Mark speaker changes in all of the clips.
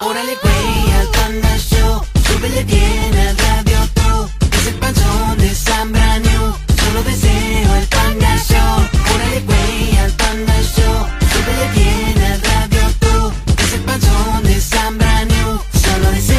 Speaker 1: Órale, güey, al Panda Show. Súbele bien al radio tú. Es el panzón de Zambrano. Solo deseo el Panda Show. Órale, güey, al Panda Show. Súbele bien al radio tú. Es el panzón de Zambrano. Solo deseo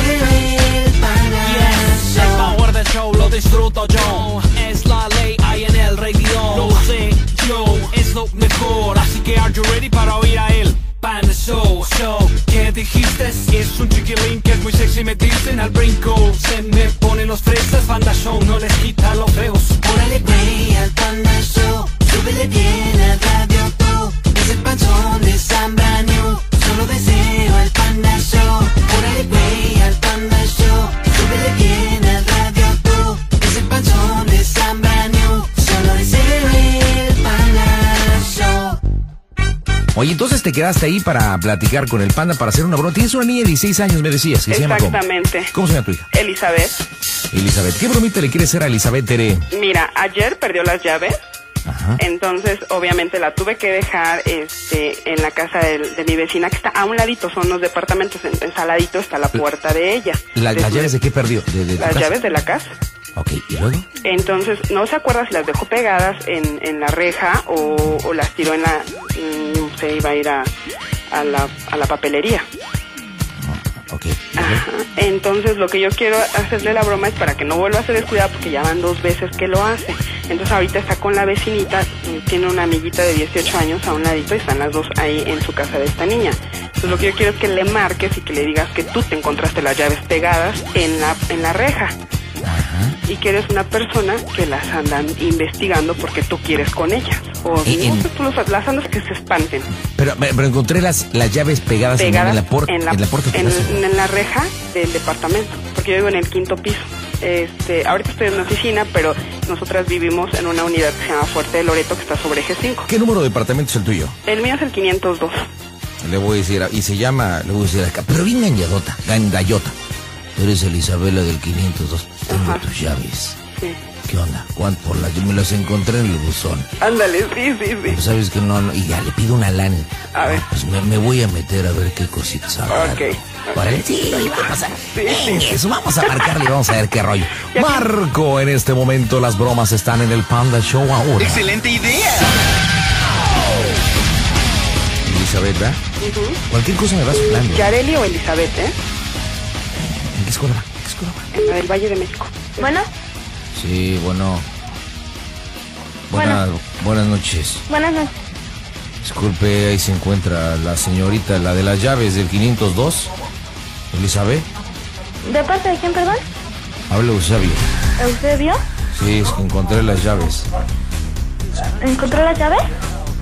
Speaker 1: el Panda
Speaker 2: Yes, el
Speaker 1: Show.
Speaker 2: power del show lo disfruto yo. Es la ley hay en el radio. Lo sé yo, es lo mejor. Así que are you ready para oír a él? Pan show, show, ¿qué dijiste? Es un chiquilín que es muy sexy, me dicen al brinco Se me ponen los fresas, banda show, no les quita los feos
Speaker 1: Órale, güey, al Panda Show. Súbele bien al radio tú. Es el panzón de Zambrano. Solo deseo el Panda Show. Órale, güey, al Panda Show. Súbele bien al radio tú. Es el panzón de Zambrano. Solo deseo el Panda Show.
Speaker 3: Oye, entonces te quedaste ahí para platicar con el panda, para hacer una broma. Tienes una niña de 16 años, me decías, que se llama ¿cómo?
Speaker 4: Exactamente.
Speaker 3: ¿Cómo se llama tu hija?
Speaker 4: Elizabeth,
Speaker 3: Elizabeth. ¿Qué bromita le quieres hacer a Elizabeth Tere?
Speaker 4: mira, ayer perdió las llaves,
Speaker 3: Ajá.
Speaker 4: entonces obviamente la tuve que dejar este, en la casa del- de, mi vecina, que está a un ladito, son los departamentos, en, en saladito está la puerta de ella.
Speaker 3: Eh, La-
Speaker 4: De
Speaker 3: ¿Las
Speaker 4: su-
Speaker 3: llaves de qué perdió? ¿De, de tu
Speaker 4: Las
Speaker 3: casa?
Speaker 4: llaves de la casa.
Speaker 3: Ok, ¿y luego?
Speaker 4: Entonces, no se acuerda si las dejó pegadas en, en la reja o, o las tiró en la... mm, No sé, iba a ir a, a la, a la papelería.
Speaker 3: Ok. ¿y luego?
Speaker 4: Ajá. Entonces lo que yo quiero hacerle la broma es para que no vuelva a ser descuidada porque ya van dos veces que lo hace. Entonces ahorita está con la vecinita, mm, tiene una amiguita de 18 años a un ladito y están las dos ahí en su casa de esta niña. Entonces lo que yo quiero es que le marques y que le digas que tú te encontraste las llaves pegadas en la, en la reja y que eres una persona que las andan investigando porque tú quieres con ellas. O no,
Speaker 3: Y- y-
Speaker 4: pues, tú los- las andas que se espanten
Speaker 3: Pero, pero encontré las, las llaves pegadas, en-
Speaker 4: pegadas
Speaker 3: en la puerta. En la, puerta de tu
Speaker 4: en-
Speaker 3: casa.
Speaker 4: en la reja del departamento, porque yo vivo en el quinto piso. Este, ahorita estoy en una oficina, pero nosotras vivimos en una unidad que se llama Fuerte de Loreto, que está sobre G5.
Speaker 3: ¿Qué número de departamento es el tuyo?
Speaker 4: El mío es el 502.
Speaker 3: Le voy a decir, a- y se llama, le voy a decir acá, pero bien gandallota, gandallota. Tú eres Elizabeth del 502. Tengo
Speaker 4: Ajá.
Speaker 3: tus llaves.
Speaker 4: Sí.
Speaker 3: ¿Qué onda? ¿Cuánto por las? Yo me las encontré en el buzón.
Speaker 4: Ándale, sí, sí, sí.
Speaker 3: Pues sabes que no, no, y ya le pido una lana.
Speaker 4: A ver.
Speaker 3: Pues me, me voy a meter a ver qué cositas agarro.
Speaker 4: Ok.
Speaker 3: Para el sí, oye, vamos a, eso, vamos a marcarle y vamos a ver qué rollo. Marco, en este momento las bromas están en el Panda Show ahora.
Speaker 5: Excelente idea.
Speaker 3: Elizabeth, ¿verdad?
Speaker 4: Ujú.
Speaker 3: Cualquier cosa me vas hablando.
Speaker 4: Yareli o Elizabeth, ¿eh?
Speaker 3: ¿En qué escuela va? ¿En qué escuela va?
Speaker 4: En la del Valle de México.
Speaker 6: Bueno,
Speaker 3: Sí, bueno. Buena- Buenas noches.
Speaker 6: buenas noches.
Speaker 3: Disculpe, ahí se encuentra la señorita, la de las llaves del 502. Elizabeth,
Speaker 6: ¿De parte de quién, perdón?
Speaker 3: habla Eusebio.
Speaker 6: ¿Usted vio?
Speaker 3: Sí, es que encontré las llaves.
Speaker 6: ¿Encontró la llave?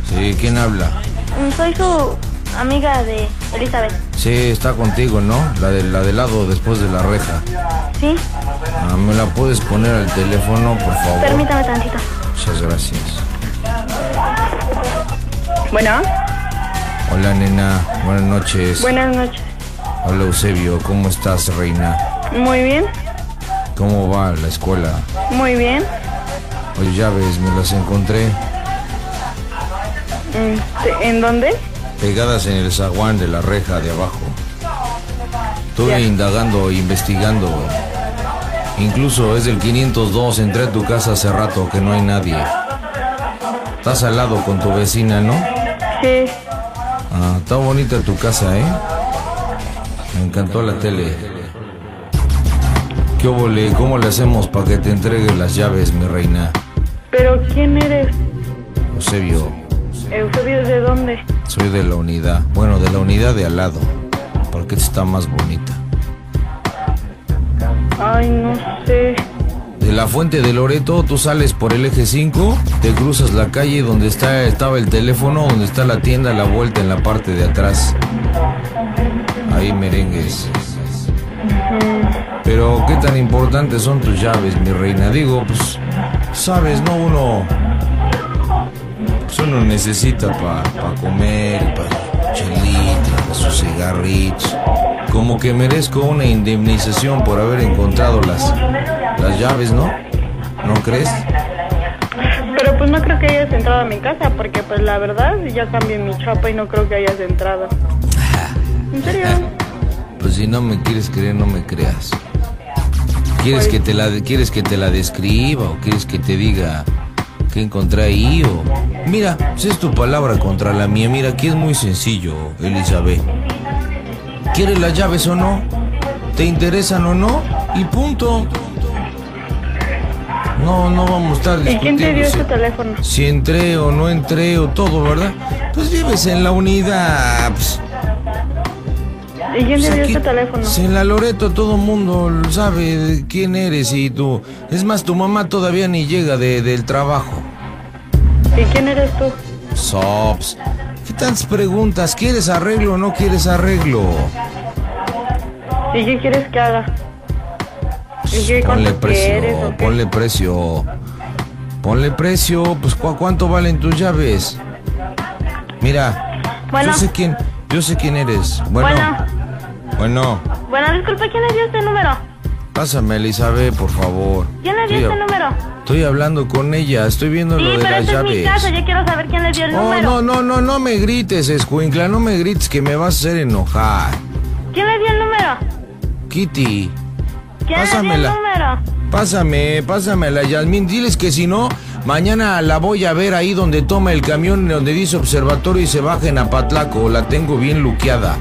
Speaker 3: Sí, ¿quién habla?
Speaker 6: Mm, Soy su amiga de Elizabeth.
Speaker 3: Sí, está contigo, ¿no? La de la de lado después de la reja.
Speaker 6: ¿Sí?
Speaker 3: Ah, ¿Me la puedes poner al teléfono, por favor?
Speaker 6: Permítame tantito.
Speaker 3: Muchas gracias.
Speaker 4: Bueno,
Speaker 3: Hola, nena. Buenas noches.
Speaker 4: buenas noches.
Speaker 3: Hola, Eusebio. ¿Cómo estás, reina?
Speaker 4: Muy bien,
Speaker 3: ¿Cómo va la escuela?
Speaker 4: muy bien.
Speaker 3: Oye, llaves, me las encontré
Speaker 4: Este, ¿En dónde?
Speaker 3: pegadas en el zaguán de la reja de abajo. Estuve
Speaker 4: Ya.
Speaker 3: indagando, investigando. Incluso es del 502, entré a tu casa hace rato que no hay nadie. Estás al lado con tu vecina, ¿no?
Speaker 4: Sí.
Speaker 3: Ah, está bonita tu casa, ¿eh? Me encantó la tele. ¿Qué obole? ¿Cómo le hacemos para que te entregue las llaves, mi reina?
Speaker 4: ¿Pero quién eres?
Speaker 3: Eusebio,
Speaker 4: ¿Eusebio de dónde?
Speaker 3: soy de la unidad. Bueno, de la unidad de al lado. Porque esta está más bonita.
Speaker 4: Ay, no sé.
Speaker 3: De la fuente de Loreto, tú sales por el eje 5, te cruzas la calle donde está, estaba el teléfono, donde está la tienda, la vuelta en la parte de atrás. Ahí merengues. Pero qué tan importantes son tus llaves, mi reina. Digo, pues, sabes, no uno. Pues uno necesita para comer, para chelita, para sus cigarritos. Como que merezco una indemnización por haber encontrado las, las llaves, ¿no? ¿No crees?
Speaker 7: Pero pues no creo que hayas entrado a mi casa porque pues la verdad ya cambié mi chapa y no creo que hayas entrado. ¿En serio?
Speaker 3: Pues Si no me quieres creer, no me creas. ¿Quieres que te la, quieres que te la describa o quieres que te diga qué encontré ahí o... Mira, si es tu palabra contra la mía, mira, aquí es muy sencillo, Elizabeth. ¿Quieres las llaves o no? ¿Te interesan o no? Y punto. No, no vamos a estar
Speaker 7: ¿Y quién te dio
Speaker 3: discutiendo si-
Speaker 7: ese teléfono?
Speaker 3: si entré o no entré o todo, ¿verdad? Pues llévese en la unidad. pues.
Speaker 7: ¿Y quién
Speaker 3: Pues
Speaker 7: te dio
Speaker 3: aquí-
Speaker 7: ese teléfono?
Speaker 3: Si en la Loreto todo mundo sabe de quién eres y tú. Es más, tu mamá todavía ni llega de- del trabajo.
Speaker 7: ¿Y quién eres tú?
Speaker 3: Sops. ¿Qué tantas preguntas? ¿Quieres arreglo o no quieres arreglo?
Speaker 7: ¿Y qué quieres que haga? ¿Y qué
Speaker 3: Ponle
Speaker 7: cuánto quieres
Speaker 3: precio,
Speaker 7: o qué?
Speaker 3: ponle precio. Ponle precio, pues ¿cu- ¿cuánto valen tus llaves? Mira,
Speaker 6: Bueno.
Speaker 3: yo sé quién, yo sé quién eres. Bueno,
Speaker 6: Bueno.
Speaker 3: bueno,
Speaker 6: Bueno, disculpe, ¿quién le dio este número?
Speaker 3: pásame Elizabeth, por favor.
Speaker 6: ¿Quién le dio
Speaker 3: Estoy
Speaker 6: este
Speaker 3: hab-
Speaker 6: número?
Speaker 3: Estoy hablando con ella, estoy viendo
Speaker 6: Sí,
Speaker 3: lo de
Speaker 6: pero
Speaker 3: las
Speaker 6: esta es
Speaker 3: llaves.
Speaker 6: mi casa, yo quiero saber quién le dio el
Speaker 3: no,
Speaker 6: número.
Speaker 3: no, no, no, no me grites, escuincla, no me grites que me vas a hacer enojar.
Speaker 6: ¿Quién le dio el número?
Speaker 3: Kitty,
Speaker 6: ¿Quién le dio
Speaker 3: Pásamela.
Speaker 6: el número?
Speaker 3: Pásame, pásame a la Yasmín. Diles que si no, mañana la voy a ver ahí donde toma el camión, donde dice observatorio y se baja en Apatlaco. La tengo bien luqueada.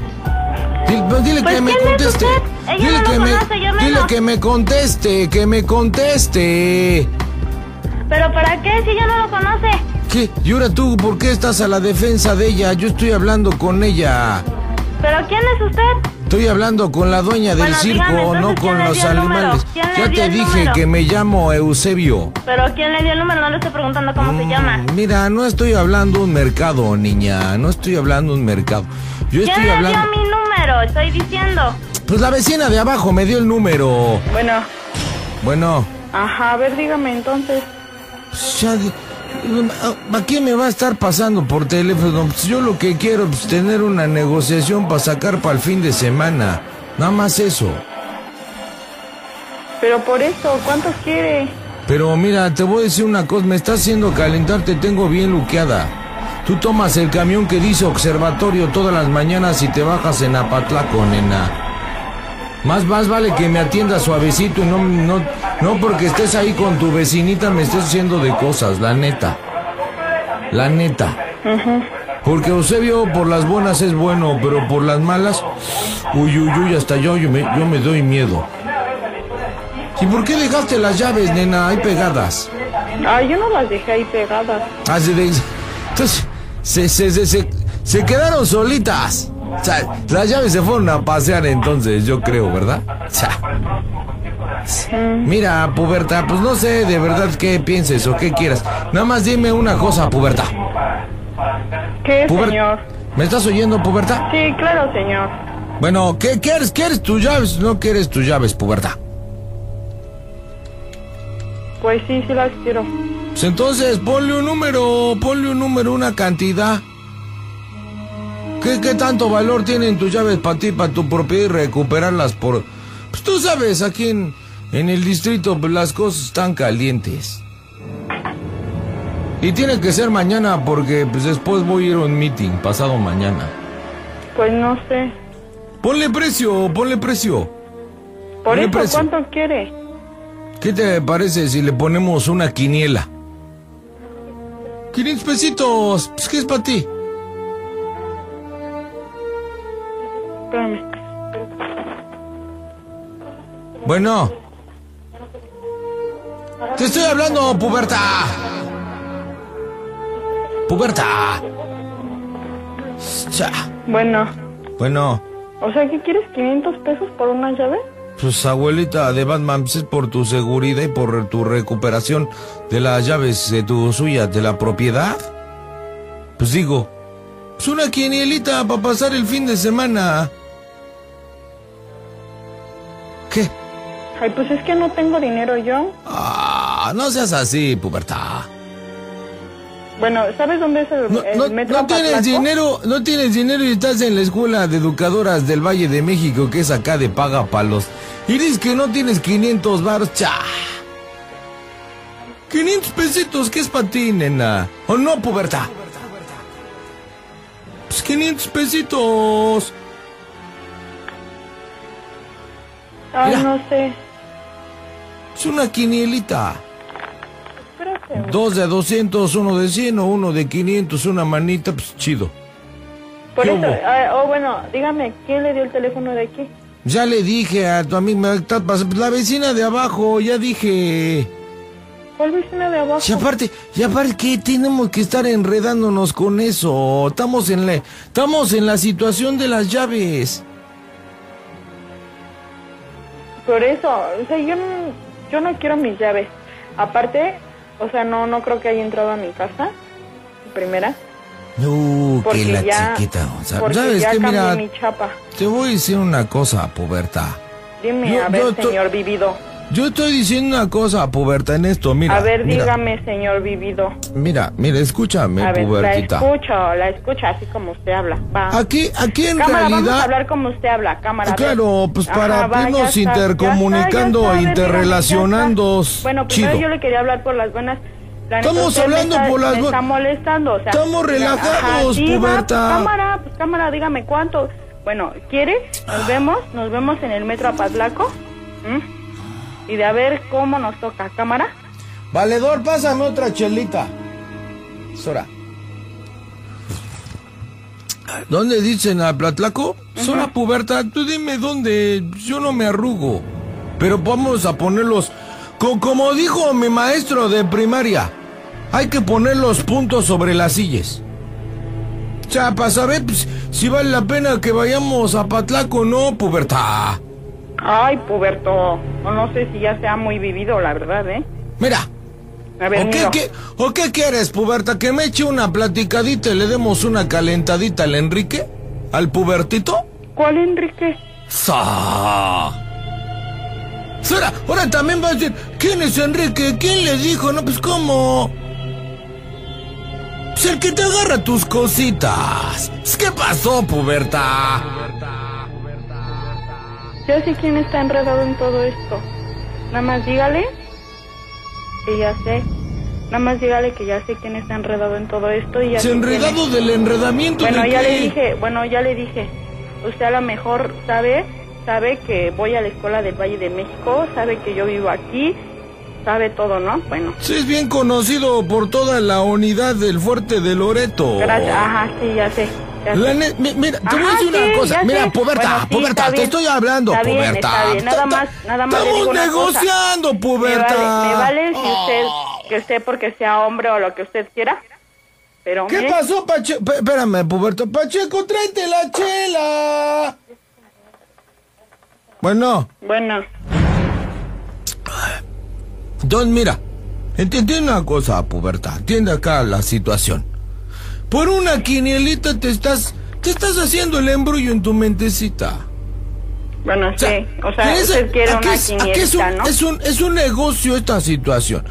Speaker 3: Dile, pues dile
Speaker 6: Pues,
Speaker 3: que me
Speaker 6: ¿quién es
Speaker 3: conteste.
Speaker 6: usted? Ella
Speaker 3: Dile,
Speaker 6: no lo
Speaker 3: que
Speaker 6: conoce, yo
Speaker 3: me, dile
Speaker 6: menos.
Speaker 3: que me conteste, que me conteste.
Speaker 6: ¿Pero para qué? Si ella no lo conoce.
Speaker 3: ¿Qué? Y ahora tú, ¿por qué estás a la defensa de ella? Yo estoy hablando con ella.
Speaker 6: ¿Pero quién es usted?
Speaker 3: Estoy hablando con la dueña del
Speaker 6: Bueno,
Speaker 3: circo,
Speaker 6: dígame, entonces,
Speaker 3: no
Speaker 6: ¿quién
Speaker 3: con
Speaker 6: le
Speaker 3: los
Speaker 6: dio el número?
Speaker 3: animales.
Speaker 6: ¿Quién le
Speaker 3: Ya
Speaker 6: dio
Speaker 3: te
Speaker 6: el
Speaker 3: dije
Speaker 6: número?
Speaker 3: que me llamo Eusebio.
Speaker 6: ¿Pero quién le dio el número? No le estoy preguntando cómo se llama.
Speaker 3: Mm, Mira, no estoy hablando un mercado, niña. No estoy hablando un mercado. Yo
Speaker 6: ¿Quién
Speaker 3: estoy
Speaker 6: le dio
Speaker 3: hablando.
Speaker 6: mi número? Estoy diciendo.
Speaker 3: Pues la vecina de abajo me dio el número.
Speaker 7: Bueno,
Speaker 3: Bueno,
Speaker 7: ajá, a ver, dígame entonces.
Speaker 3: pues ya. di- ¿A a qué me va a estar pasando por teléfono? Pues yo lo que quiero es tener una negociación para sacar para el fin de semana. Nada más eso.
Speaker 7: Pero por eso, ¿cuántos quiere?
Speaker 3: Pero mira, te voy a decir una cosa, me está haciendo calentar, te tengo bien luqueada. Tú tomas el camión que dice observatorio todas las mañanas y te bajas en Apatlaco, nena. Más, más vale que me atiendas suavecito y no, no, no porque estés ahí con tu vecinita me estés haciendo de cosas, la neta. La neta. Porque Eusebio por las buenas es bueno, pero por las malas, uy, uy, uy, hasta yo, yo, me, yo me doy miedo. ¿Y por qué dejaste las llaves, nena, ahí pegadas?
Speaker 7: Ah, yo no las dejé ahí pegadas.
Speaker 3: Así de- Ah, Entonces, se, se, se, se, se quedaron solitas. O sea, las llaves se fueron a pasear entonces, yo creo, ¿verdad? O sea, mira, puberta, pues no sé de verdad qué pienses o qué quieras. Nada más dime una cosa, puberta.
Speaker 7: ¿Qué,
Speaker 3: Puber-
Speaker 7: señor?
Speaker 3: ¿Me estás oyendo, puberta?
Speaker 7: Sí, claro, señor.
Speaker 3: Bueno, ¿qué quieres? ¿Quieres tus llaves? No quieres tus llaves, puberta.
Speaker 7: Pues sí, sí las quiero.
Speaker 3: Pues entonces, ponle un número, ponle un número, una cantidad. ¿Qué, qué tanto valor tienen tus llaves para ti, para tu propiedad y recuperarlas por... Pues tú sabes, aquí en, en el distrito pues, las cosas están calientes. Y tiene que ser mañana porque pues, después voy a ir a un meeting, pasado mañana.
Speaker 7: Pues no sé.
Speaker 3: Ponle precio, ponle precio.
Speaker 7: Por
Speaker 3: ¿Qué
Speaker 7: eso,
Speaker 3: precio?
Speaker 7: ¿cuánto quiere?
Speaker 3: ¿Qué te parece si le ponemos una quiniela? 500 pesitos, pues ¿qué es para ti?
Speaker 7: Espérame.
Speaker 3: Bueno. Te estoy hablando, puberta. Puberta. Cha.
Speaker 7: Bueno,
Speaker 3: Bueno,
Speaker 7: o sea, ¿qué quieres? ¿500 pesos por una llave?
Speaker 3: pues abuelita de Batman, pues, es por tu seguridad y por tu recuperación de las llaves de tu suya, de la propiedad. Pues digo, pues una quinielita para pasar el fin de semana. ¿Qué?
Speaker 7: Ay, pues es que no tengo dinero yo.
Speaker 3: Ah, no seas así, puberta.
Speaker 7: Bueno, ¿sabes dónde es el,
Speaker 3: No,
Speaker 7: el
Speaker 3: no-
Speaker 7: metro?
Speaker 3: no tienes
Speaker 7: Apatlaco?
Speaker 3: dinero, no tienes dinero y estás en la escuela de educadoras del Valle de México que es acá de paga palos. Y dices que no tienes 500 baros, cha. 500 pesitos, ¿qué es para ti, nena? ¿O no, puberta? Pues 500 pesitos.
Speaker 7: Ay,
Speaker 3: Mira.
Speaker 7: no sé.
Speaker 3: Es una quinielita.
Speaker 7: Espérate. güey.
Speaker 3: Dos de 200, uno de 100 o uno de 500, una manita, pues chido.
Speaker 7: Por
Speaker 3: ¿Qué
Speaker 7: eso,
Speaker 3: hubo?
Speaker 7: ah, oh, bueno, dígame, ¿quién le dio el teléfono de aquí?
Speaker 3: Ya le dije a tu amiga, ta- pas- la vecina de abajo, ya dije.
Speaker 7: ¿Cuál vecina de abajo?
Speaker 3: Y aparte, y aparte, ¿qué tenemos que estar enredándonos con eso? Estamos en la, estamos en la situación de las llaves.
Speaker 7: Por eso, o sea, yo no, yo no quiero mis llaves. Aparte, o sea, no, no creo que haya entrado a mi casa. Primera.
Speaker 3: Uh,
Speaker 7: Porque
Speaker 3: que la
Speaker 7: ya,
Speaker 3: chiquita. o sea,
Speaker 7: porque
Speaker 3: ¿Sabes
Speaker 7: ya
Speaker 3: qué?
Speaker 7: cambié
Speaker 3: Mira,
Speaker 7: mi chapa.
Speaker 3: te voy a decir una cosa, puberta.
Speaker 7: Dime,
Speaker 3: Yo-
Speaker 7: a ver,
Speaker 3: yo to-
Speaker 7: señor vivido.
Speaker 3: Yo estoy diciendo una cosa, puberta, en esto, mira.
Speaker 7: a ver,
Speaker 3: mira,
Speaker 7: dígame, señor vivido.
Speaker 3: Mira, mira, escúchame,
Speaker 7: a ver, la
Speaker 3: pubertita.
Speaker 7: escucho, la escucho así como usted habla. Va.
Speaker 3: Aquí, aquí en
Speaker 7: cámara, vamos a
Speaker 3: realidad.
Speaker 7: hablar como usted habla, cámara. a ver.
Speaker 3: Claro, pues para
Speaker 7: va, ya
Speaker 3: irnos
Speaker 7: está,
Speaker 3: intercomunicando, e
Speaker 7: ya está, ya está,
Speaker 3: interrelacionando,
Speaker 7: dígame, ya está. Bueno, primero
Speaker 3: chido.
Speaker 7: yo le quería hablar por las buenas. La neta,
Speaker 3: Estamos
Speaker 7: usted me
Speaker 3: hablando
Speaker 7: está-
Speaker 3: por las
Speaker 7: me
Speaker 3: bu-
Speaker 7: está molestando, o sea.
Speaker 3: Estamos relajados,
Speaker 7: sí, va,
Speaker 3: puberta.
Speaker 7: cámara, pues cámara, dígame cuánto. Bueno, ¿quiere? Nos vemos, nos vemos en el metro Apatlaco. ¿Mm? Y de a ver cómo nos toca, cámara.
Speaker 3: Valedor, pásame otra chelita. Sora. ¿Dónde dicen a Platlaco? Sora puberta, tú dime dónde. Yo no me arrugo. Pero vamos a ponerlos. co- como dijo mi maestro de primaria, hay que poner los puntos sobre las sillas. O sea, para saber pues, si vale la pena que vayamos a Patlaco o no, puberta.
Speaker 7: Ay, puberto, no, no sé si ya sea muy vivido, la verdad, ¿eh?
Speaker 3: Mira,
Speaker 7: A ver,
Speaker 3: ¿O qué,
Speaker 7: miro.
Speaker 3: qué- o qué quieres, puberta? ¿Que me eche una platicadita y le demos una calentadita al Enrique? ¿Al pubertito?
Speaker 7: ¿Cuál Enrique?
Speaker 3: ¡Sa! Sora, ahora también va a decir, ¿quién es Enrique? ¿Quién le dijo? No, pues ¿cómo? Pues el que te agarra tus cositas. Pues, ¿Qué pasó, puberta?
Speaker 7: Yo sé quién está enredado en todo esto. Nada más dígale que ya sé. Nada más dígale que ya sé quién está enredado en todo esto y ya
Speaker 3: Se
Speaker 7: sé quién
Speaker 3: enredado
Speaker 7: es.
Speaker 3: del enredamiento
Speaker 7: Bueno,
Speaker 3: de
Speaker 7: ya
Speaker 3: qué?
Speaker 7: le dije, bueno, ya le dije. Usted a lo mejor sabe, sabe que voy a la escuela del Valle de México, sabe que yo vivo aquí, sabe todo, ¿no? Bueno,
Speaker 3: Sí, es bien conocido por toda la unidad del fuerte de Loreto.
Speaker 7: gracias. Ajá, sí, ya sé. ya sé.
Speaker 3: Oh. La ne- mi- mira, te voy a
Speaker 7: Ajá,
Speaker 3: decir una
Speaker 7: sí,
Speaker 3: cosa.
Speaker 7: ya
Speaker 3: Mira,
Speaker 7: sé.
Speaker 3: puberta,
Speaker 7: Bueno, sí,
Speaker 3: puberta,
Speaker 7: está
Speaker 3: te
Speaker 7: bien.
Speaker 3: estoy hablando,
Speaker 7: Está bien,
Speaker 3: puberta.
Speaker 7: está bien. Nada más, nada más le
Speaker 3: Estamos
Speaker 7: digo una cosa.
Speaker 3: negociando,
Speaker 7: Me
Speaker 3: puberta.
Speaker 7: vale, me vale si
Speaker 3: Oh.
Speaker 7: usted, que usted porque sea hombre o lo que usted quiera. Pero
Speaker 3: ¿Qué
Speaker 7: mire,
Speaker 3: pasó, Pacheco? Espérame, puberto. Pacheco, tráete la chela. Bueno,
Speaker 7: bueno,
Speaker 3: entonces mira, ent- entiende una cosa, puberta. Entiende acá la situación. Por una quinielita te estás, te estás haciendo el embrullo en tu mentecita.
Speaker 7: bueno,
Speaker 3: O sea,
Speaker 7: sí. O sea,
Speaker 3: ¿quieres-
Speaker 7: usted quiere
Speaker 3: a qué
Speaker 7: una
Speaker 3: es- a qué es
Speaker 7: quinielita,
Speaker 3: un-
Speaker 7: ¿no?
Speaker 3: Es un, es un negocio esta situación.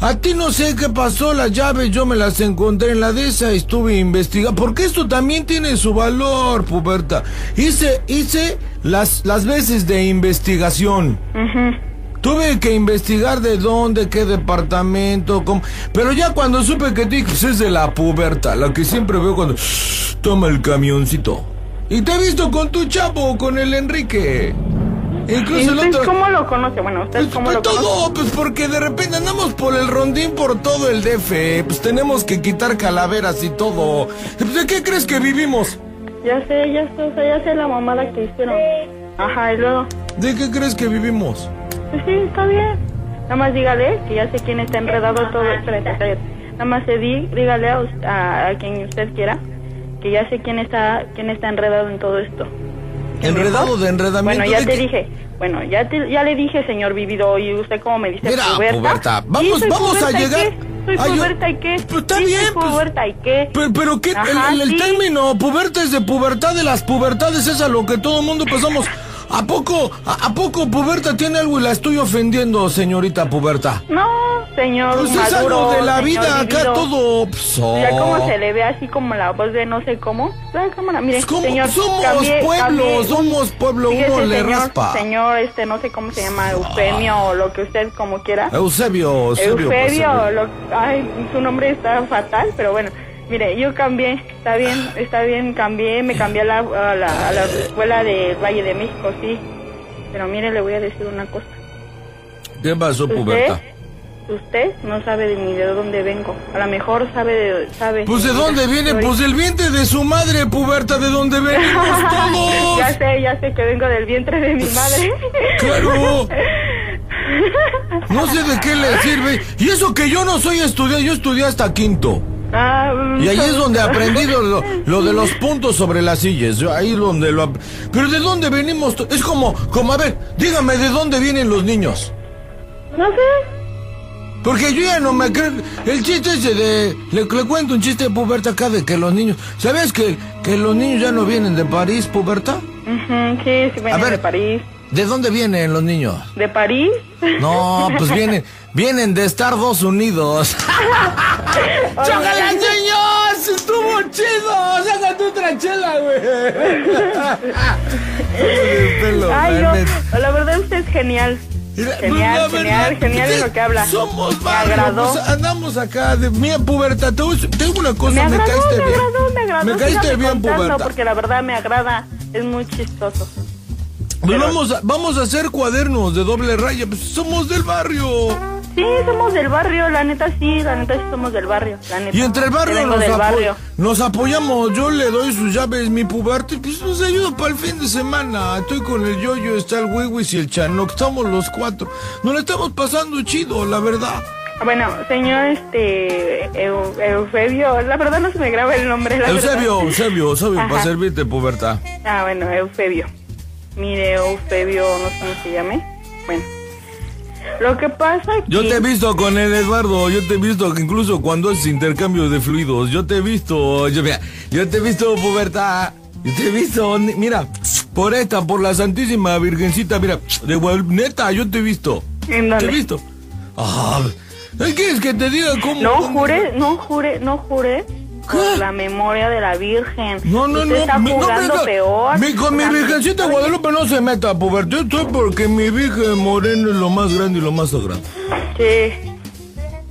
Speaker 3: A ti no sé qué pasó, las llaves yo me las encontré en la de esa y estuve investigando. Porque esto también tiene su valor, puberta. Hice, hice las, las veces de investigación. Tuve que investigar de dónde, qué departamento, cómo. Pero ya cuando supe que tú pues es de la puberta, la que siempre veo cuando toma el camioncito. Y te he visto con tu chapo, con el Enrique. Incluso el
Speaker 7: Entonces,
Speaker 3: otro.
Speaker 7: ¿cómo lo conoce? Bueno, ¿usted
Speaker 3: Pues,
Speaker 7: cómo
Speaker 3: pues,
Speaker 7: lo conoce?
Speaker 3: todo, pues porque de repente andamos por el rondín por todo el DF. Pues tenemos que quitar calaveras y todo. Pues, ¿De qué crees que vivimos?
Speaker 7: Ya sé, ya sé, o sea, ya sé la mamada que hicieron. Ajá, y luego,
Speaker 3: ¿De qué crees que vivimos?
Speaker 7: pues sí, está bien. Nada más dígale que ya sé quién está enredado todo. Espérate, cállate. Nada más se di, dígale a, us- a- a quien usted quiera que ya sé quién está, quién está enredado en todo esto.
Speaker 3: Enredado de enredamiento.
Speaker 7: Bueno, ya
Speaker 3: de
Speaker 7: te
Speaker 3: qué?
Speaker 7: dije. Bueno, ya te, ya le dije, señor vivido, y usted como me dice
Speaker 3: Mira,
Speaker 7: puberta.
Speaker 3: puberta,
Speaker 7: Sí,
Speaker 3: vamos-
Speaker 7: soy
Speaker 3: vamos a
Speaker 7: puberta, ¿y
Speaker 3: llegar-
Speaker 7: qué?
Speaker 3: Ay,
Speaker 7: Soy
Speaker 3: yo-
Speaker 7: puberta y qué?
Speaker 3: Pues está
Speaker 7: Sí,
Speaker 3: bien,
Speaker 7: Soy
Speaker 3: pues.
Speaker 7: puberta y qué?
Speaker 3: Pero, pero ¿qué?
Speaker 7: Ajá,
Speaker 3: el, el- el
Speaker 7: sí.
Speaker 3: término puberta es de pubertad de las pubertades, es a lo que todo mundo pasamos. ¿A poco, a, a poco puberta tiene algo y la estoy ofendiendo, señorita puberta?
Speaker 7: No, señor
Speaker 3: Pues es
Speaker 7: maduro,
Speaker 3: algo de la
Speaker 7: señor
Speaker 3: vida, acá
Speaker 7: vivido.
Speaker 3: todo... pues, oh.
Speaker 7: Ya como se le ve así como la voz de no sé cómo. La cámara, mire,
Speaker 3: Pues, ¿cómo?
Speaker 7: señor.
Speaker 3: somos
Speaker 7: cambié-
Speaker 3: pueblo,
Speaker 7: cambié-
Speaker 3: somos pueblo,
Speaker 7: Fíjese,
Speaker 3: uno le
Speaker 7: señor,
Speaker 3: raspa.
Speaker 7: Señor, este, no sé cómo se llama, Eufemio o lo que usted como quiera.
Speaker 3: Eusebio, Eusebio. pues,
Speaker 7: Eufebio,
Speaker 3: Eusebio.
Speaker 7: lo, ay, su nombre está fatal, pero bueno, mire, yo cambié, está bien, está bien, cambié, me cambié a la, a la, a la escuela de Valle de México, sí. Pero mire, le voy a decir una cosa.
Speaker 3: ¿Qué pasó,
Speaker 7: Usted,
Speaker 3: puberta?
Speaker 7: usted no sabe de ni de dónde vengo. A lo mejor sabe de... Sabe.
Speaker 3: Pues de dónde viene, pues del vientre de su madre, puberta, de dónde venimos todos.
Speaker 7: Ya sé, ya sé que vengo del vientre de mi madre.
Speaker 3: Claro. No sé de qué le sirve. Y eso que yo no soy estudiante, yo estudié hasta quinto.
Speaker 7: Ah, mm,
Speaker 3: Y ahí es donde aprendí lo, lo- lo de los puntos sobre las sillas. Yo Ahí es donde lo. ap- Pero ¿de dónde venimos? to- Es como, como, a ver, dígame de dónde vienen los niños.
Speaker 7: No sé.
Speaker 3: Porque yo ya no me creo. El chiste ese de. Le, le cuento un chiste de puberta acá de que los niños. ¿Sabes que, que los niños ya no vienen de París, puberta?
Speaker 7: Ujú, sí, sí,
Speaker 3: A
Speaker 7: venía
Speaker 3: ver.
Speaker 7: de París.
Speaker 3: ¿De dónde vienen los niños?
Speaker 7: ¿De París?
Speaker 3: No, pues vienen, vienen de Estados Unidos. ¡Chócala, niños! ¡Estuvo chido! ¡Sácate otra chela, güey!
Speaker 7: Ay, no. La verdad, usted es genial. Genial, genial, genial en lo que habla.
Speaker 3: pues, Somos
Speaker 7: Me
Speaker 3: barrio,
Speaker 7: agradó.
Speaker 3: pues, andamos acá de mía puberta. Te voy a decir- te digo una
Speaker 7: Me
Speaker 3: cosa, me,
Speaker 7: agradó,
Speaker 3: caíste
Speaker 7: me
Speaker 3: bien.
Speaker 7: agradó, me agradó.
Speaker 3: Me caíste
Speaker 7: Sígame
Speaker 3: bien,
Speaker 7: contando,
Speaker 3: puberta.
Speaker 7: Porque la verdad me agrada. Es muy chistoso.
Speaker 3: Pues vamos, a, vamos a hacer cuadernos de doble raya. Pues somos del barrio.
Speaker 7: Sí, somos del barrio, la neta sí, la neta sí somos del barrio. La neta.
Speaker 3: Y entre el
Speaker 7: Yo
Speaker 3: barrio
Speaker 7: vengo
Speaker 3: nos,
Speaker 7: del
Speaker 3: apo-
Speaker 7: barrio.
Speaker 3: nos apoyamos. Yo le doy sus llaves, mi puberta, y pues nos ayuda para el fin de semana. Estoy con el yoyo, está el wiwis y el chanoc. Estamos los cuatro. Nos la estamos pasando chido, la verdad.
Speaker 7: Ah, Bueno, señor este Eu- Eusebio, la verdad no se me graba el nombre. La verdad.
Speaker 3: Eusebio, Eusebio, Eusebio,
Speaker 7: Ajá.
Speaker 3: para servirte, puberta.
Speaker 7: Ah, bueno, Eusebio. Mire, Eusebio, no sé cómo se llame. Bueno. Lo que pasa que...
Speaker 3: Yo te he visto con el Eduardo, yo te he visto que incluso cuando es intercambio de fluidos, yo te he visto, yo, mira, yo te he visto pubertad, yo te he visto, ni- mira, por esta, por la Santísima Virgencita, mira, de Guadalupe, neta, yo te he visto.
Speaker 7: ¿En
Speaker 3: ¿Te
Speaker 7: dónde?
Speaker 3: he visto? Ah, ¿quieres que te diga cómo?
Speaker 7: No
Speaker 3: cómo?
Speaker 7: jure, no jure, no jure.
Speaker 3: ¿Qué?
Speaker 7: Por la memoria de la Virgen.
Speaker 3: No, no,
Speaker 7: Usted
Speaker 3: no,
Speaker 7: Está
Speaker 3: mi- no,
Speaker 7: jugando
Speaker 3: venga,
Speaker 7: peor.
Speaker 3: mi- con mi
Speaker 7: La-
Speaker 3: Virgencita de
Speaker 7: Oye,
Speaker 3: Guadalupe no se meta, pubertad, yo estoy porque mi Virgen Morena es lo más grande y lo más sagrado.
Speaker 7: Sí.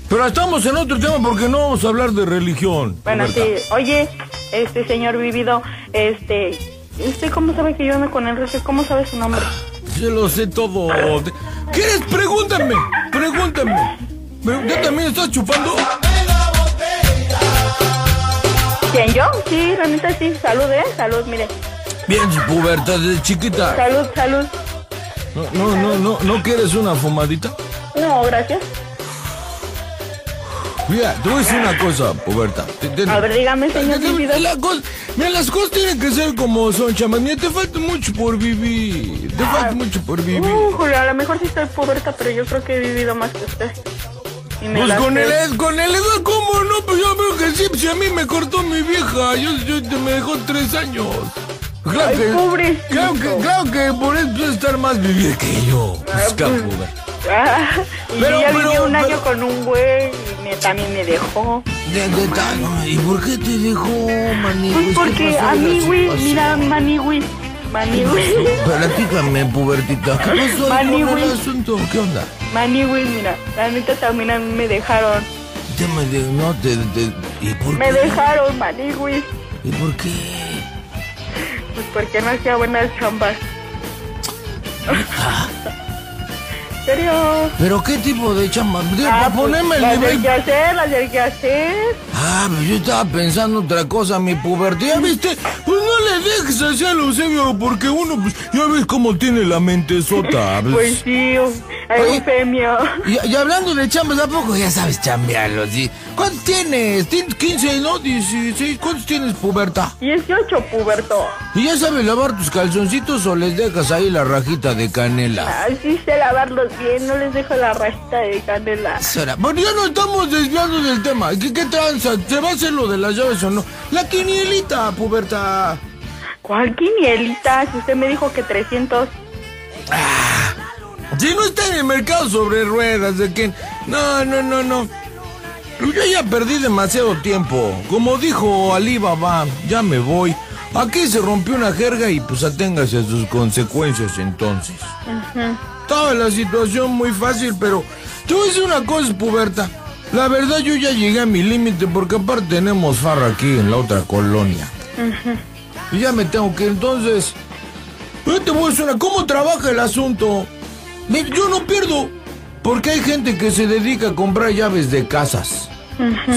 Speaker 3: Pero estamos en otro tema porque no vamos a hablar de religión.
Speaker 7: Bueno,
Speaker 3: pubertad.
Speaker 7: sí. Oye, este señor vivido, este, ¿usted cómo sabe que yo ando con él? Rocío? ¿Cómo sabe su nombre?
Speaker 3: Yo lo sé todo. Te- ¿Quieres? Pregúntame. Pregúntame. Pero, ¿Ya también estás chupando?
Speaker 7: ¿Quién yo? Sí, la neta sí. Salud, eh, salud, mire.
Speaker 3: Bien, puberta de chiquita.
Speaker 7: Salud, salud.
Speaker 3: No, no, no, no, ¿no quieres una fumadita?
Speaker 7: No, gracias.
Speaker 3: Mira, te voy a decir una cosa, puberta. Te- te-
Speaker 7: A ver, dígame, señor vivido.
Speaker 3: La cosa- mira, las cosas tienen que ser como son, chamas. Mira, te falta mucho por vivir. Te falta mucho por vivir.
Speaker 7: Ah. Uh, Julio, a lo mejor sí estoy puberta, pero yo creo que he vivido más que usted. Y me
Speaker 3: Pues
Speaker 7: la
Speaker 3: con
Speaker 7: sé.
Speaker 3: el Ed, con el Ed, ¿cómo no? Pues yo veo que sí, si a mí me cortó mi vieja, yo, yo te- me dejó tres años. Claro
Speaker 7: Ay, pobrecito.
Speaker 3: claro que, claro que por eso puede estar más vivir que yo. Es que,
Speaker 7: pues,
Speaker 3: puber-
Speaker 7: Ah, y
Speaker 3: Pero-
Speaker 7: yo ya viví
Speaker 3: pero-
Speaker 7: un
Speaker 3: pero-
Speaker 7: año con un güey y me, también me dejó.
Speaker 3: de- de tal- ¿Y por qué te dejó, manigo?
Speaker 7: Pues porque a mí, güey, mira, maniwis, maniwis,
Speaker 3: Platícame, pubertita. ¿Qué pasó ahí
Speaker 7: Mani,
Speaker 3: con el
Speaker 7: güey.
Speaker 3: asunto? ¿Qué onda?
Speaker 7: maniwis, mira, la neta también a mí me dejaron,
Speaker 3: Te me de- no, te, te- ¿Y por
Speaker 7: me
Speaker 3: qué?
Speaker 7: dejaron maniwis,
Speaker 3: ¿Y por qué?
Speaker 7: pues porque no hacía buenas chambas. ¿En serio?
Speaker 3: Ah. ¿Pero qué tipo de chamba? De- Para
Speaker 7: pues,
Speaker 3: ponerme el
Speaker 7: las
Speaker 3: nivel
Speaker 7: del que hacer, las del que hacer.
Speaker 3: Ah, pero yo estaba pensando otra cosa, mi pubertad. ¿Ya viste? Pues no le dejes así a Eusebio, porque uno, pues, ya ves cómo tiene la mente sota.
Speaker 7: Pues sí, hay
Speaker 3: Oye.
Speaker 7: un premio.
Speaker 3: Y, y hablando de chambas, ¿a poco ya sabes chambearlo? ¿sí? ¿Cuántos tienes? ¿Tienes 15, no? 16. ¿Cuántos tienes, pubertad?
Speaker 7: 18 puberto.
Speaker 3: ¿Y ya sabes lavar tus calzoncitos o les dejas ahí la rajita de canela?
Speaker 7: Así sé lavarlos bien, no les dejo la rajita de canela.
Speaker 3: Sara, Bueno, ya no estamos desviando del tema. ¿Qué, qué tranza? ¿Se va a hacer lo de las llaves o no? La quinielita, pubertad.
Speaker 7: ¿Cuál quinielita? Si usted me dijo que 300.
Speaker 3: Si no está en el mercado sobre ruedas, ¿de quién? No, no, no, no. Yo ya perdí demasiado tiempo. Como dijo Ali Baba, ya me voy. Aquí se rompió una jerga y pues aténgase a sus consecuencias entonces. Estaba la situación muy fácil, pero yo hice una cosa, puberta. La verdad yo ya llegué a mi límite porque aparte tenemos farra aquí en la otra colonia. Y ya me tengo que entonces... Pero te voy a decir una, ¿cómo trabaja el asunto? Me- yo no pierdo. Porque hay gente que se dedica a comprar llaves de casas.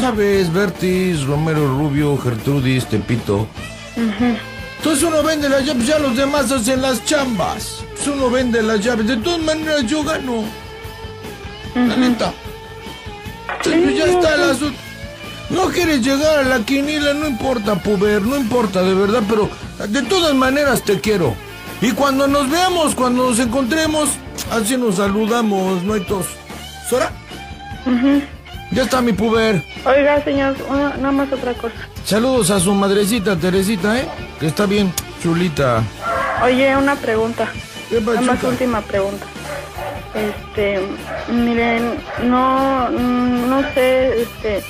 Speaker 3: ¿Sabes? Bertis, Romero Rubio, Gertrudis, Tepito. Entonces uno vende las llaves, ya los demás hacen las chambas. Pues uno vende las llaves. De todas maneras yo gano. La neta. Entonces, pues, ya está el asunto. No quieres llegar a la quinila, no importa, puber, no importa, de verdad, pero de todas maneras te quiero. Y cuando nos veamos, cuando nos encontremos, así nos saludamos, no hay tos. ¿Sora? Ya está mi puber.
Speaker 7: Oiga, señor, una- nada más otra cosa.
Speaker 3: Saludos a su madrecita, Teresita, ¿eh? Que está bien chulita.
Speaker 7: Oye, una pregunta.
Speaker 3: ¿Qué
Speaker 7: Nada más
Speaker 3: pachuca?
Speaker 7: última pregunta. Este, miren, no, mm, no sé, este,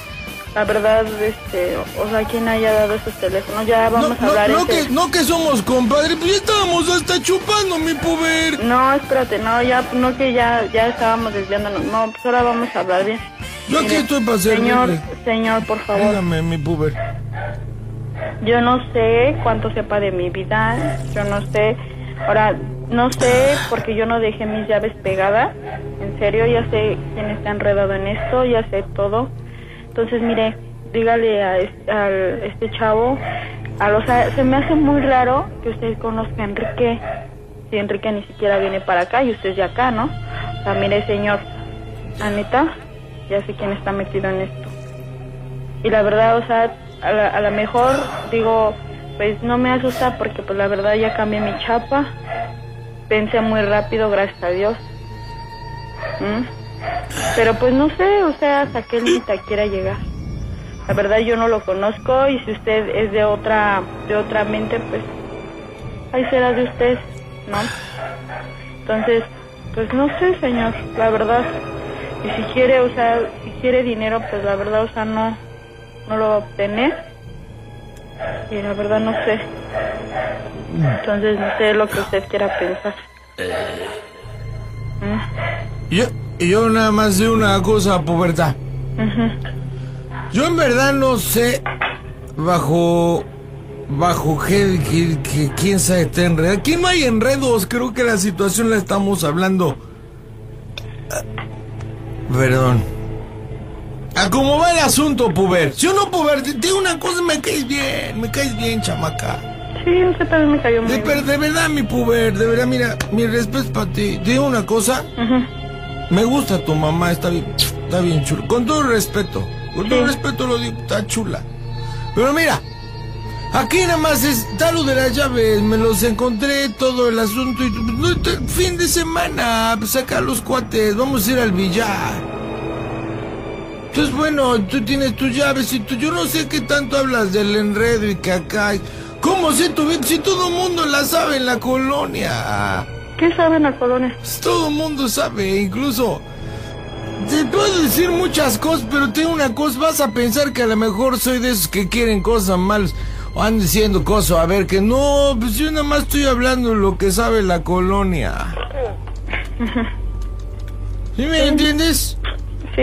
Speaker 7: la verdad, este, o sea, quién haya dado esos teléfonos. Ya
Speaker 3: No,
Speaker 7: vamos a
Speaker 3: no,
Speaker 7: hablar.
Speaker 3: no
Speaker 7: este-
Speaker 3: que, no que somos compadre, pues ya estábamos hasta chupando, mi puber.
Speaker 7: No, espérate, no, ya, no que ya, ya estábamos desviándonos. No, pues ahora vamos a hablar bien.
Speaker 3: Yo aquí
Speaker 7: Mire,
Speaker 3: estoy para servirle.
Speaker 7: Señor, señor, por favor.
Speaker 3: Dígame, mi puber.
Speaker 7: Yo no sé cuánto sepa de mi vida, yo no sé, ahora no sé porque yo no dejé mis llaves pegadas, en serio ya sé quién está enredado en esto, ya sé todo. Entonces mire, dígale a es- al- este chavo, a los, a- se me hace muy raro que usted conozca a Enrique, si Enrique ni siquiera viene para acá y usted es de acá, ¿no? O sea, mire señor, Anita, ya sé quién está metido en esto y la verdad, o sea, a la, a la mejor digo, pues no me asusta porque pues la verdad ya cambié mi chapa, pensé muy rápido, gracias a Dios. ¿Mm? Pero pues no sé, o sea, hasta qué límite quiera llegar. La verdad yo no lo conozco y si usted es de otra de otra mente, pues ahí será de usted, ¿no? Entonces, pues no sé, señor, la verdad. Y si quiere, o sea, si quiere dinero, pues la verdad, o sea, no, no lo va a obtener. Y la verdad no sé. Entonces no sé lo que usted quiera pensar.
Speaker 3: Yo, yo nada más de una cosa, pubertad. Yo en verdad no sé bajo bajo qué, qué- qué- quién se está enredando. Aquí no hay enredos, creo que la situación la estamos hablando. Ah, Perdón. A cómo va el asunto, puber. Si uno puber, te digo una cosa, me caes bien, me caes bien, chamaca.
Speaker 7: Sí, usted también me cayó muy
Speaker 3: De, pero
Speaker 7: bien.
Speaker 3: de verdad, mi puber, de verdad, mira, mi respeto para ti. Te digo una cosa. Me gusta tu mamá, está bien, está bien chula. Con todo el respeto, con todo el respeto lo digo, está chula. Pero mira, aquí nada más está lo de las llaves, me los encontré, todo el asunto. Y, no, te- fin de semana, pues, saca los cuates, vamos a ir al billar. Entonces, bueno, tú tienes tus llaves y tú, yo no sé qué tanto hablas del enredo y que acá... hay- ¿Cómo sé tu vida si todo el mundo la sabe en la colonia?
Speaker 7: ¿Qué saben las colonias?
Speaker 3: Pues, todo el mundo sabe, incluso... Te puedo decir muchas cosas, pero tengo una cosa, vas a pensar que a lo mejor soy de esos que quieren cosas malas o andan diciendo cosas, a ver que no, pues yo nada más estoy hablando lo que sabe la colonia. ¿Sí me entiendes?
Speaker 7: Sí.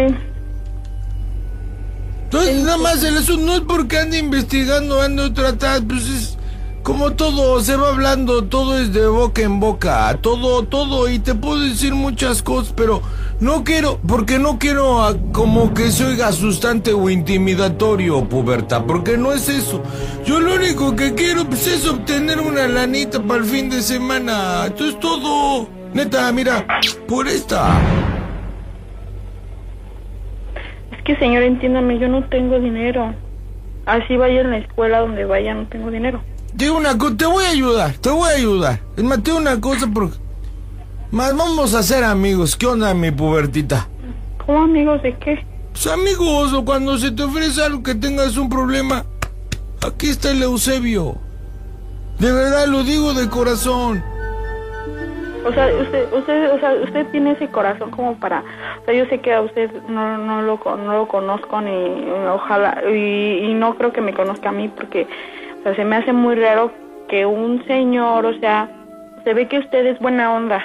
Speaker 3: Entonces, nada más el asunto no es porque ande investigando, ando tratando, pues es como todo, se va hablando, todo es de boca en boca, todo, todo, y te puedo decir muchas cosas, pero no quiero, porque no quiero ah, como que se oiga asustante o intimidatorio, puberta, porque no es eso. Yo lo único que quiero, pues es obtener una lanita para el fin de semana, esto es todo. Neta, mira, por esta.
Speaker 7: Es que señor, entiéndame, yo no tengo dinero. Así vaya en la escuela donde vaya, no tengo dinero.
Speaker 3: Te digo una cosa, te voy a ayudar, te voy a ayudar. Es más, te digo una cosa porque... Más vamos a ser amigos, ¿qué onda mi pubertita?
Speaker 7: ¿Cómo amigos de qué?
Speaker 3: Pues amigos, o cuando se te ofrece algo que tengas un problema, aquí está el Eusebio. De verdad lo digo de corazón.
Speaker 7: O sea, usted, usted, o sea, usted tiene ese corazón como para, o sea, yo sé que a usted no, no lo, con- no lo conozco ni, ojalá, y, y no creo que me conozca a mí porque, o sea, se me hace muy raro que un señor, o sea, se ve que usted es buena onda,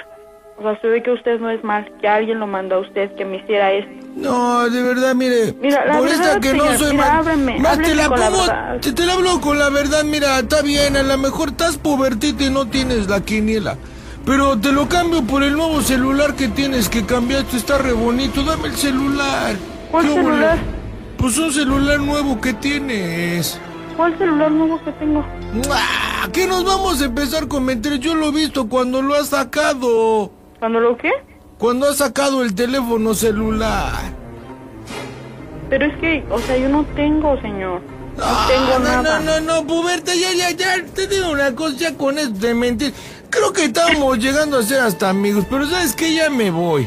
Speaker 7: o sea, se ve que usted no es mal, que alguien lo mandó a usted que me hiciera esto.
Speaker 3: No, de verdad, mire.
Speaker 7: Mira, la
Speaker 3: molesta
Speaker 7: verdad,
Speaker 3: que no
Speaker 7: señor,
Speaker 3: soy
Speaker 7: mira,
Speaker 3: ma-
Speaker 7: háblame,
Speaker 3: Más te
Speaker 7: hábleme
Speaker 3: la
Speaker 7: con la
Speaker 3: pongo.
Speaker 7: verdad.
Speaker 3: te, te la hablo con la verdad, mira, está bien. A lo mejor estás pubertito y no tienes la quiniela. Pero te lo cambio por el nuevo celular que tienes que cambiaste. Está re bonito. Dame el celular.
Speaker 7: ¿Cuál
Speaker 3: ¿Qué hubo?
Speaker 7: celular?
Speaker 3: Pues un celular nuevo que tienes.
Speaker 7: ¿Cuál celular nuevo que tengo?
Speaker 3: ¡Mua! ¿Qué nos vamos a empezar a meter? Yo lo he visto cuando lo has sacado.
Speaker 7: ¿Cuándo lo qué?
Speaker 3: Cuando has sacado el teléfono celular.
Speaker 7: Pero es que, o sea, yo no tengo, señor. No tengo
Speaker 3: Ah, no,
Speaker 7: nada.
Speaker 3: No, no, no, puberta, ya, ya, ya, te digo una cosa, ya con esto de mentir. Creo que estamos llegando a ser hasta amigos, pero ¿sabes qué? Ya me voy.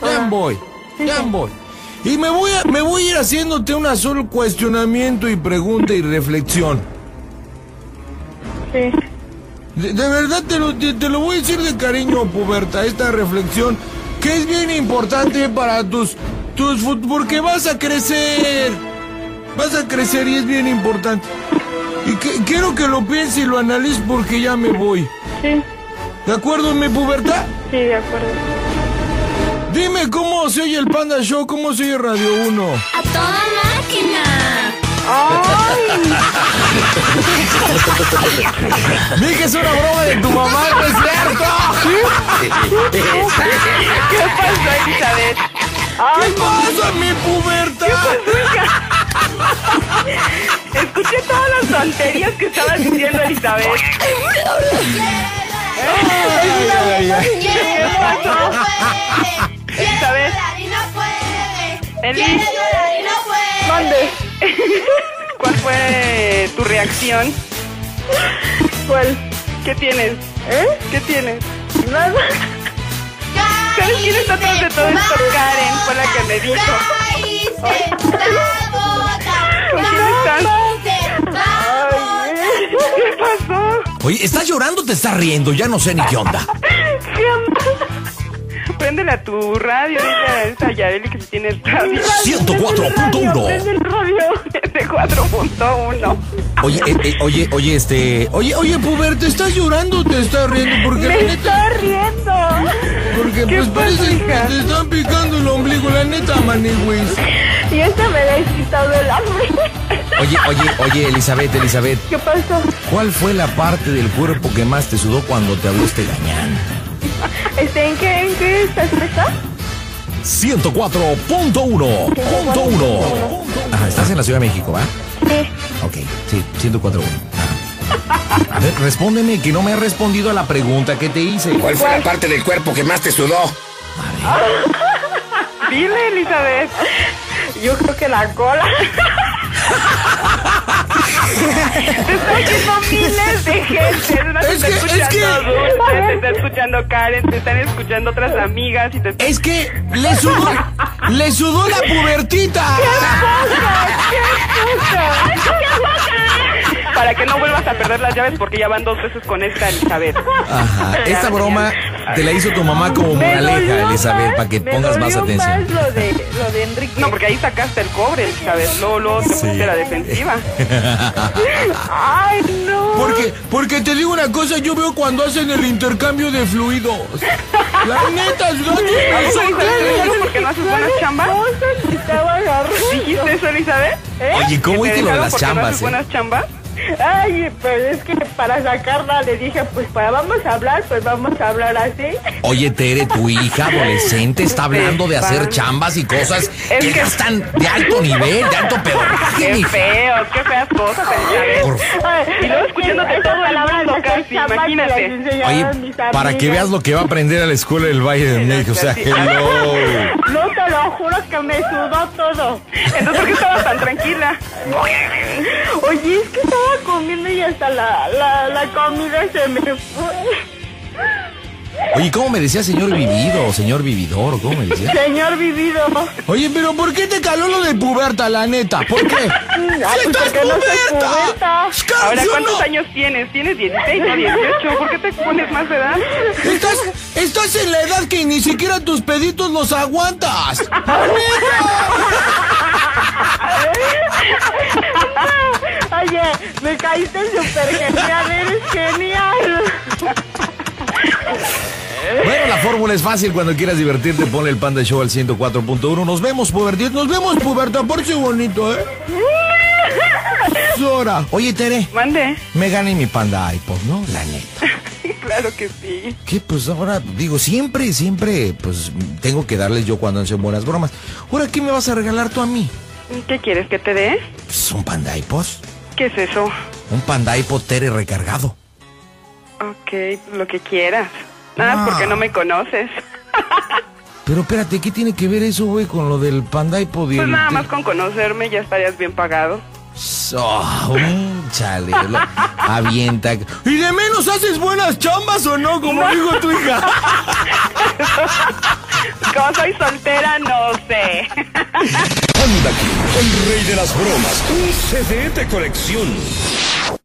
Speaker 3: Ya me voy. Ya me voy. Y me voy, a, me voy a ir haciéndote un solo cuestionamiento y pregunta y reflexión.
Speaker 7: Sí.
Speaker 3: De, de verdad te lo, te, te lo voy a decir de cariño, puberta, esta reflexión que es bien importante para tus, tus fut- porque vas a crecer. Vas a crecer y es bien importante. Y que- quiero que lo pienses y lo analices porque ya me voy.
Speaker 7: Sí,
Speaker 3: ¿De acuerdo, mi puberta?
Speaker 7: sí, de acuerdo.
Speaker 3: Dime cómo se oye el Panda Show, cómo se oye Radio 1.
Speaker 5: ¡A toda máquina!
Speaker 3: Dije, es una broma de tu mamá, ¿no es cierto?
Speaker 4: ¿Qué pasó, Elizabeth?
Speaker 3: ¿Qué pasa, mi puberta?
Speaker 4: Escuché todas las tonterías que estabas diciendo, Elizabeth.
Speaker 3: Ay, ay, ay.
Speaker 5: ¡Quiere llorar y no puede! ¡Quiere
Speaker 4: ¿Sabes?
Speaker 5: llorar y no puede!
Speaker 4: Eli.
Speaker 5: ¡Quiere llorar y no puede!
Speaker 7: ¿Dónde?
Speaker 4: ¿Cuál fue tu reacción?
Speaker 7: ¿Cuál?
Speaker 4: ¿Qué tienes? ¿Eh? ¿Qué tienes?
Speaker 7: Nada.
Speaker 4: ¿Sabes quién está atrás de todo esto? Karen fue la que me dijo.
Speaker 5: ¡Caíste! ¡La gota!
Speaker 4: ¿Con quién estás?
Speaker 5: ¡Caíste! ¡La gota!
Speaker 4: ¿Qué pasó?
Speaker 8: Oye, ¿estás llorando o te estás riendo? Ya no sé ni qué onda.
Speaker 4: Préndele a tu radio, dile a esa Yareli que si tienes radio.
Speaker 8: 104.1.
Speaker 7: el radio.
Speaker 4: De 4.1.
Speaker 8: Oye, eh, eh, oye, oye, este.
Speaker 3: Oye, oye, puberta, ¿estás llorando o te estás riendo? Porque la
Speaker 7: Me
Speaker 3: neta-
Speaker 7: estoy riendo.
Speaker 3: Porque
Speaker 4: ¿Qué
Speaker 3: pues
Speaker 4: pasa,
Speaker 3: parece que
Speaker 4: hija?
Speaker 3: te están picando el ombligo, la neta, maní, güey.
Speaker 7: Y esta me la he quitado el hambre.
Speaker 8: Oye, oye, oye, Elizabeth, Elizabeth.
Speaker 7: ¿Qué pasó?
Speaker 8: ¿Cuál fue la parte del cuerpo que más te sudó cuando te hablaste gañán?
Speaker 7: Este, ¿En qué, en qué estás presa?
Speaker 8: 104.1. Punto uno. Ajá, estás en la Ciudad de México, ¿va?
Speaker 7: Sí.
Speaker 8: Ok, sí, 104.1. Ajá. A ver, respóndeme que no me has respondido a la pregunta que te hice.
Speaker 9: ¿Cuál fue la parte del cuerpo que más te sudó?
Speaker 4: Dile, Elizabeth.
Speaker 7: Yo creo que la cola.
Speaker 4: Son miles de gente. No te
Speaker 3: Es
Speaker 4: está
Speaker 3: que- es
Speaker 4: escuchando
Speaker 3: que-
Speaker 4: Dulce, te está escuchando Karen, te están escuchando otras amigas y te
Speaker 3: Es que le sudó, le sudó la pubertita.
Speaker 4: Para que no vuelvas a perder las llaves porque ya van dos veces con esta Elizabeth.
Speaker 8: Ajá. Esta broma te la hizo tu mamá como
Speaker 7: Me dolió
Speaker 8: moraleja, Elizabeth,
Speaker 7: más,
Speaker 8: para que
Speaker 7: me
Speaker 8: pongas más
Speaker 7: dolió
Speaker 8: atención.
Speaker 7: Más lo, de, lo de Enrique.
Speaker 4: No, porque ahí sacaste el cobre, Elizabeth. Luego, luego te pusiste la defensiva.
Speaker 7: Ay, no.
Speaker 3: Porque, porque te digo una cosa, yo veo cuando hacen el intercambio de fluidos. La neta, yo-
Speaker 4: Ahorita
Speaker 3: yo-
Speaker 4: Elizabeth, ¿no? porque no haces buenas chambas.
Speaker 7: Cosas que estaba agarrando.
Speaker 4: ¿Dijiste eso, Elizabeth?
Speaker 8: Oye, ¿cómo
Speaker 4: ¿Que te
Speaker 8: hice lo de
Speaker 4: dejaron
Speaker 8: las
Speaker 4: porque no haces
Speaker 8: chambas? eh?
Speaker 4: buenas chambas?
Speaker 7: Ay, pero es que para sacarla le dije, pues para vamos a hablar, pues vamos a hablar así.
Speaker 8: Oye, Tere, tu hija adolescente está hablando de hacer chambas y cosas
Speaker 4: Es
Speaker 8: que
Speaker 4: que-
Speaker 8: gastan de alto nivel, de alto pedorraje,
Speaker 4: Qué
Speaker 8: mija.
Speaker 4: feo, qué feas cosas, Elizabeth.
Speaker 8: Por-
Speaker 4: Y luego escuchándote todo el mundo casi, imagínate.
Speaker 8: Oye, para que veas lo que va a aprender a la escuela del Valle de México, o sea, hello.
Speaker 7: No te lo juro que me sudó todo.
Speaker 4: Entonces, ¿por qué estabas tan tranquila?
Speaker 7: Oye, es que estaba comiendo y hasta la, la, la comida se me fue.
Speaker 8: Oye, ¿cómo me decía señor vivido, señor vividor? ¿Cómo me decía?
Speaker 7: Señor vivido.
Speaker 3: Oye, pero ¿por qué te caló lo de puberta, la neta? ¿Por qué?
Speaker 7: Ah,
Speaker 3: ¡Sí
Speaker 7: pues
Speaker 3: estás
Speaker 7: porque no soy
Speaker 3: puberta!
Speaker 7: puberta.
Speaker 3: ¡Claro,
Speaker 4: Ahora,
Speaker 3: sí o
Speaker 4: ¿cuántos
Speaker 3: no?
Speaker 4: años tienes? ¿Tienes 16 o 18? ¿Por qué te pones más de edad?
Speaker 3: Estás, estás en la edad que ni siquiera tus peditos los aguantas.
Speaker 7: Oye, me caíste súper genial, eres genial.
Speaker 3: Bueno, la fórmula es fácil. Cuando quieras divertirte, ponle el Panda Show al 104.1. Nos vemos, pubertad. Nos vemos, pubertad. Por si bonito, ¿eh? Zora. Oye, Tere,
Speaker 4: Mande.
Speaker 3: me gané mi Panda iPod, ¿no? La neta.
Speaker 4: claro que sí.
Speaker 3: Que pues ahora, digo, siempre, siempre, pues tengo que darles yo cuando hacen buenas bromas. Ahora, ¿qué me vas a regalar tú a mí?
Speaker 4: ¿Qué quieres que te dé?
Speaker 3: Pues, un Panda iPod.
Speaker 4: ¿Qué es eso?
Speaker 3: Un Panda iPod Tere recargado.
Speaker 4: Ok, lo que quieras. Nada,
Speaker 3: Ah.
Speaker 4: más porque no me conoces.
Speaker 3: Pero espérate, ¿qué tiene que ver eso, güey, con lo del Panda iPod? y
Speaker 4: Pues
Speaker 3: el
Speaker 4: nada
Speaker 3: Tere?
Speaker 4: más con conocerme ya estarías bien pagado.
Speaker 3: Oh, mm, chale, lo- avienta. ¿Y de menos haces buenas chambas o no? Como dijo tu hija.
Speaker 4: Como soy soltera, no sé.
Speaker 10: Panda King, el rey de las bromas. Un CD de colección.